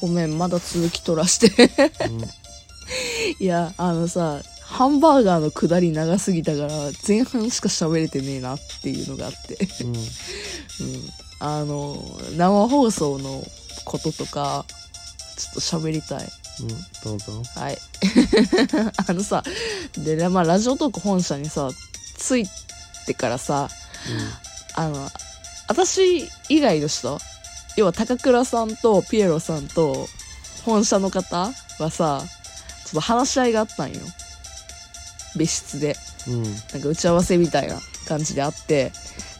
ごめんまだ続き取らして いやあのさハンバーガーの下り長すぎたから前半しか喋れてねえなっていうのがあってうんうんうん、あの生放送のこととかちょっと喋りたいどうぞはい あのさで、ねまあ、ラジオトーク本社にさ着いてからさあの私以外の人要は高倉さんとピエロさんと本社の方はさちょっと話し合いがあったんよ別室でうんなんか打ち合わせみたいな感じであって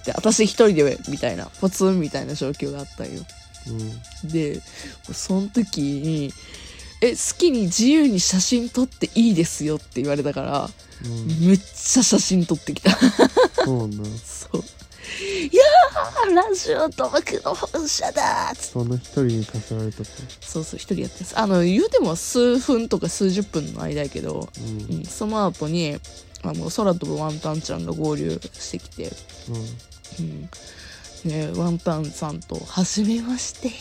で私一人でみたいなポツンみたいな状況があったんようんでその時に「え好きに自由に写真撮っていいですよ」って言われたからうんめっちゃ写真撮ってきた そうなそう「いやーラジオトークの本社だ!」つってその一人に課せられたとそうそう一人やってますあの言うても数分とか数十分の間やけど、うんううん、その後にあの空飛ぶワンタンちゃんが合流してきてんうんね、ワンタンさんと「はじめまして」み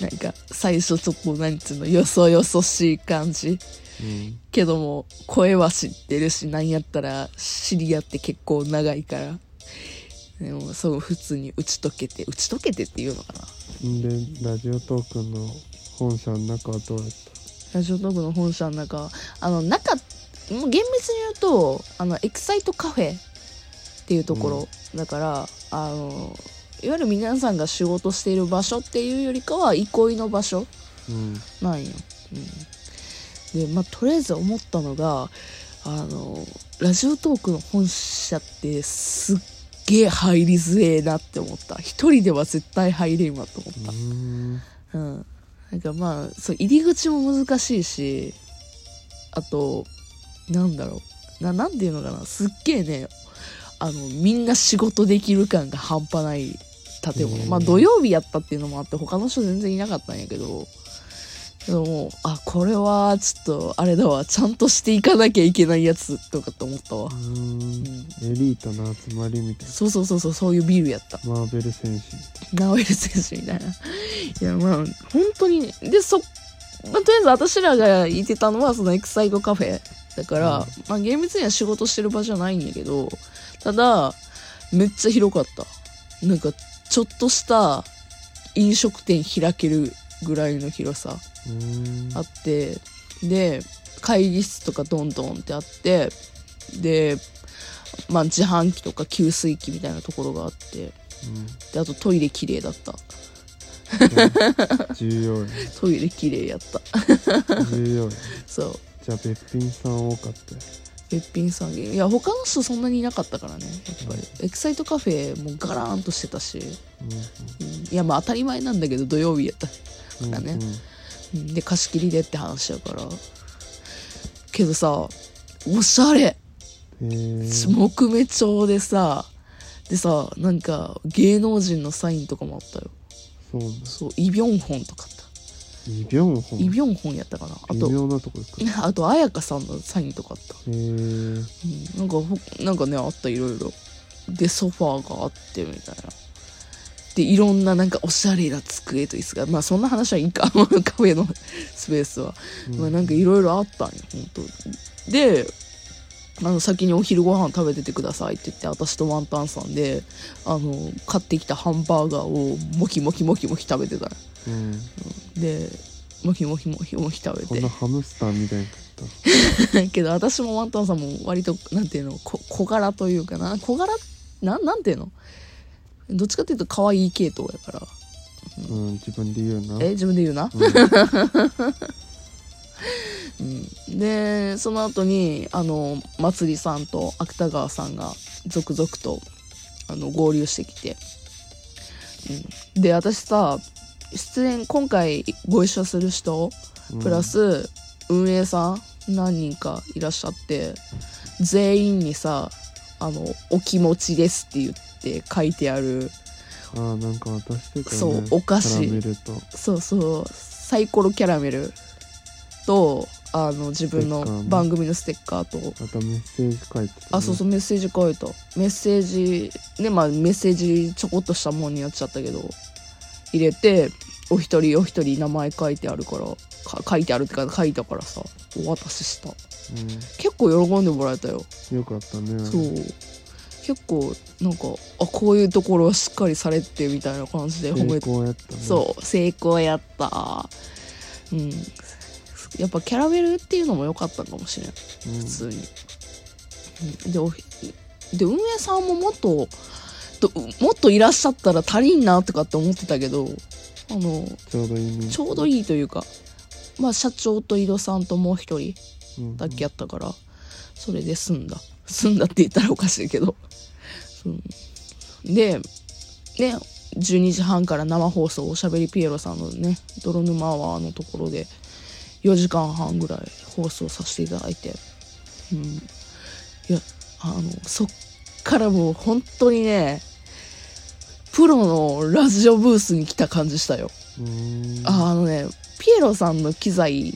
たいななんか最初ちょっと何つうのよそよそしい感じうんけども声は知ってるしなんやったら知り合って結構長いからでもそう普通に打ち解けて打ち解けてっていうのかなんでラジオトークの本社の中はどうやっラジオトークの本社の中あの中もう厳密に言うとあのエクサイトカフェっていうところ、だからあのいわゆる皆さんが仕事している場所っていうよりかは憩いの場所たうんなんよ。うん、でまあとりあえず思ったのがあのラジオトークの本社ってすっげえ入りづれえなって思った一人では絶対入れんわと思った。うんうん、なんかまあそう入り口も難しいしあとなんだろうななんていうのかなすっげえねあのみんな仕事できる感が半端ない建物、うんまあ土曜日やったっていうのもあって他の人全然いなかったんやけどでもあこれはちょっとあれだわちゃんとしていかなきゃいけないやつとかって思ったわう、うんん、エリートの集まりみたいそうそうそうそうそういうビールやったなマーベル戦士ナオエル選手みたいな。いや、まあ、本当にね。で、そ、まあ、とりあえず私らが行ってたのは、そのエクサイトカフェ。だから、うんまあ、厳密には仕事してる場じゃないんやけど、ただ、めっちゃ広かった。なんか、ちょっとした飲食店開けるぐらいの広さうんあって、で、会議室とかどんどんってあって、で、まあ、自販機とか給水器みたいなところがあって、うであとトイレ綺麗だった。ん重要やトイレ綺麗やった。 重要やそう。じゃあべっぴんさん多かったよべっぴんさんいや、他の人そんなにいなかったからね、やっぱり。エクサイトカフェもガラーンとしてたし、ううんいや、まあ当たり前なんだけど、土曜日やった。んうんだねうんうんうんで、貸し切りでって話やから。けどさ、おしゃれへー木目調でさ、でさ、なんか芸能人のサインとかもあったよ。そうなんそう、イ・ビョンホンとかあった。イ・ビョンホンイ・ビョンホンやったかなあ微と、妙なとこ行くへ あと、彩香さんのサインとかあった。ーうんなんかほなんかねあったいろいろでソファーがあってみたいなでいろんななんかおしゃれな机と椅子がまあそんな話はいいかカフェのスペースは、うんまあなんかいろいろあったんよ本当であの先にお昼ご飯食べててくださいって言って私とワンタンさんであの買ってきたハンバーガーをモキモキモキモキ食べてたのうんでモキモキモキモキ食べこてんなハムスターみたいに食っけど私もワンタンさんも割となんていうのこ小柄というかな小柄なんなんていうのどっちかっていうと可愛い系統やからたうん自分で言うなえ自分で言うな、うん うん、でその後にあのまつりさんと芥川さんが続々とあの合流してきて、うん、で私さ出演今回ご一緒する人うんプラス運営さん何人かいらっしゃって全員にさ「あのお気持ちです」って言って書いてあるあーなんか渡してたねそうお菓子キャラメルとそうそうサイコロキャラメルとあの自分ステッカーのね番組のステッカーと。あとメッセージ書いてたねあそうそうメッセージ書いたメッセージねまあメッセージちょこっとしたもんになっちゃったけど入れてお一人お一人名前書いてあるからか書いてあるってか書いたからさお渡しした結構喜んでもらえたよ、うん、よかったねそう結構なんかあこういうところはしっかりされてみたいな感じで褒成めて功やったねそう成功やったうんやっぱキャラメルっていうのも良かったかもしれんうん、普通に、うんでおひで運営さんももっとともっといらっしゃったら足りんなとかって思ってたけどあのちょうどいいねちょうどいいというかまあ社長と井戸さんともう一人うんだけやったからそれで済んだ済んだって言ったらおかしいけど、うんでね12時半から生放送おしゃべりピエロさんのね泥沼アワーのところで4時間半ぐらい放送させていただいてうんいやあのそっからもう本当にねプロのラジオブースに来た感じしたようんああのねピエロさんの機材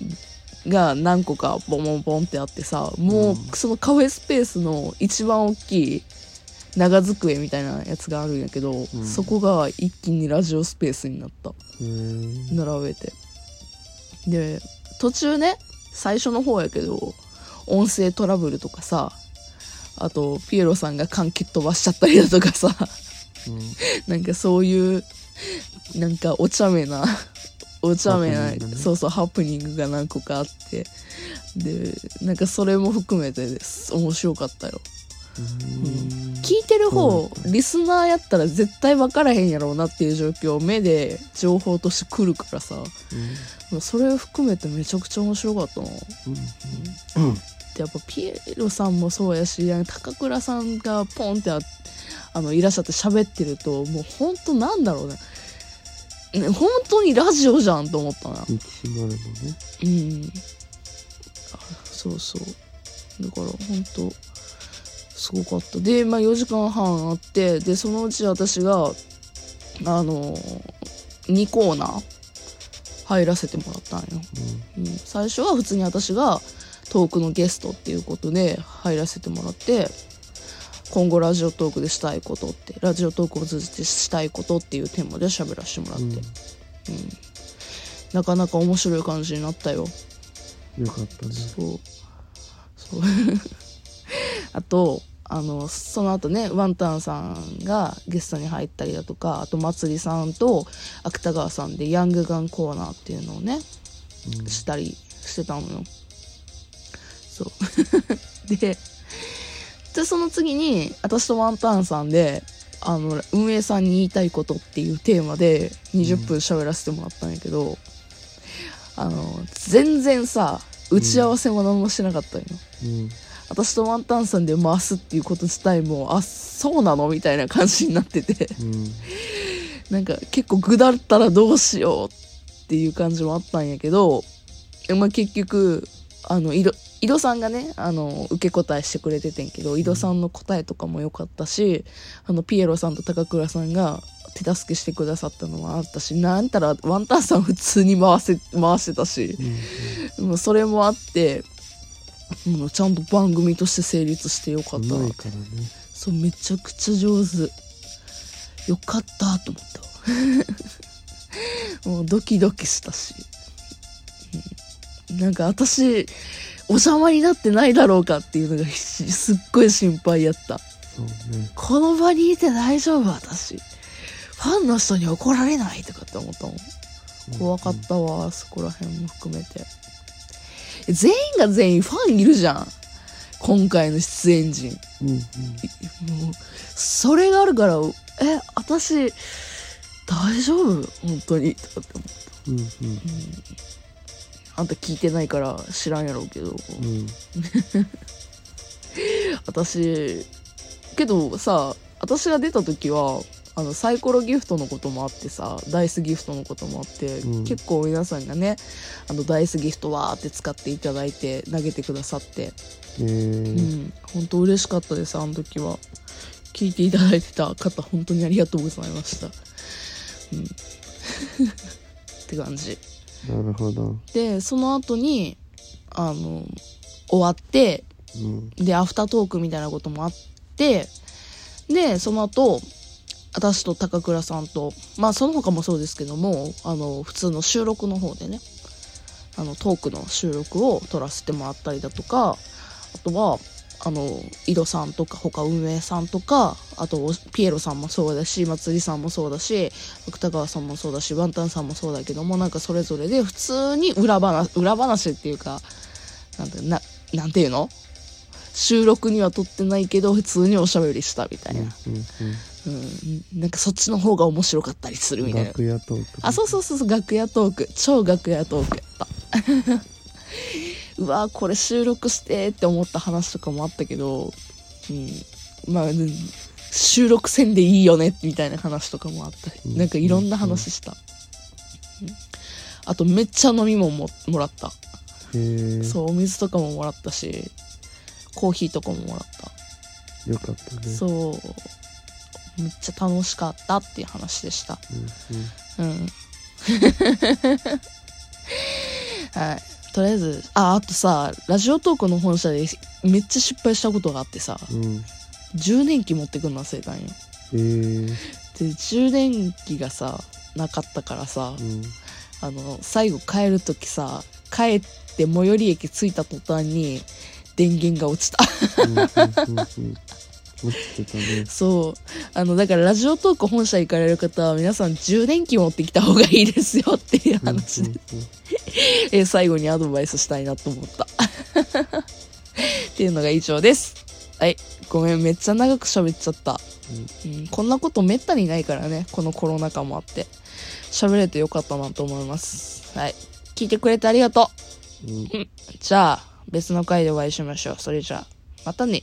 が何個かボンボンボンってあってさもううんそのカフェスペースの一番大きい長机みたいなやつがあるんやけど、んそこが一気にラジオスペースになったへー並べてで途中ね最初の方やけど音声トラブルとかさあとピエロさんが缶蹴っ飛ばしちゃったりだとかさうんなんかそういうなんかお茶目なお茶目な、ハプニングねそうそうハプニングが何個かあってでなんかそれも含めてです面白かったようん聞いてるそう方リスナーやったら絶対分からへんやろうなっていう状況目で情報として来るからさそれを含めてめちゃくちゃ面白かったなでうんうんやっぱピエロさんもそうやし高倉さんがポンってああのいらっしゃって喋ってるともうほんとなんだろうねね本当にラジオじゃんと思ったな引き締まるのねうんあそうそうだから本当すごかったで、まあ、4時間半あってでそのうち私があの2コーナー入らせてもらったんよ、うん、最初は普通に私がトークのゲストっていうことで入らせてもらって今後ラジオトークでしたいことってラジオトークを通じてしたいことっていうテーマで喋らせてもらって、うんなかなか面白い感じになったようんよかったねそうそう あとあのその後ねワンタンさんがゲストに入ったりだとかあとまつりさんと芥川さんでヤングガンコーナーっていうのをねうんしたりしてたのよそう ででその次に私とワンタンさんであの運営さんに言いたいことっていうテーマで20分喋らせてもらったんやけど、あの全然さ打ち合わせも何もしてなかったんよ、うん私とワンタンさんで回すっていうこと自体もあそうなのみたいな感じになってて うんなんか結構具だったらどうしようっていう感じもあったんやけど、まあ、結局あの井戸井戸さんがねあの受け答えしてくれててんけど井戸さんの答えとかも良かったしあのピエロさんと高倉さんが手助けしてくださったのもあったしなんたらワンタンさん普通に回せ回してたしうんもうそれもあって。もうちゃんと番組として成立してよかうったまいからねそうめちゃくちゃ上手よかったと思 ったもうドキドキしたし、うんなんか私お邪魔になってないだろうかっていうのがひすっごい心配やったそうねこの場にいて大丈夫私ファンの人に怒られないとかって思ったもん怖かったわ、そこら辺も含めて全員が全員ファンいるじゃん今回の出演陣うんうんもうそれがあるからえ私大丈夫本当にうんうんあんた聞いてないから知らんやろうけど、うん私けどさ私が出た時はあのサイコロギフトのこともあってさダイスギフトのこともあって、うん結構皆さんがねあのダイスギフトわーって使っていただいて投げてくださってえうーん本当嬉しかったですあの時は聞いていただいてた方本当にありがとうございました うんって感じなるほどでその後にあの終わってうんでアフタートークみたいなこともあってでその後私と高倉さんとまあその他もそうですけどもあの普通の収録の方でねあのトークの収録を撮らせてもらったりだとかあとはあの井戸さんとか他運営さんとかあとピエロさんもそうだしまつりさんもそうだし芥川さんもそうだしワンタンさんもそうだけどもなんかそれぞれで普通に裏話裏話っていうかなんてななんていうの収録には撮ってないけど普通におしゃべりしたみたいな、ううん、なんかそっちの方が面白かったりするみんたうん、いな楽屋トークあそうそうそうそう楽屋トーク超楽屋トークやった うわーこれ収録してって思った話とかもあったけど、うん、まあうん収録せんでいいよねみたいな話とかもあったうんなんかいろんな話した、うんあとめっちゃ飲み物ももらったへえそうお水とかももらったしコーヒーとかももらったよかったねう、そうめっちゃ楽しかったっていう話でしたんうん、うん はいとりあえずああとさラジオトークの本社でめっちゃ失敗したことがあってさうん。充電器持ってくんの忘れたんよえー、で充電器がさなかったからさうん。あの最後帰る時さ帰って最寄り駅着いた途端に電源が落ちた うん。うん。うん。落ちてたね。そうあのだからラジオトーク本社行かれる方は皆さん充電器持ってきた方がいいですよっていう話で、え最後にアドバイスしたいなと思った っていうのが以上ですはいごめんめっちゃ長く喋っちゃった、うん、こんなことめったにないからねこのコロナ禍もあって喋れてよかったなと思いますはい聞いてくれてありがとうん。うん。うじゃあ別の回でお会いしましょうそれじゃあまたね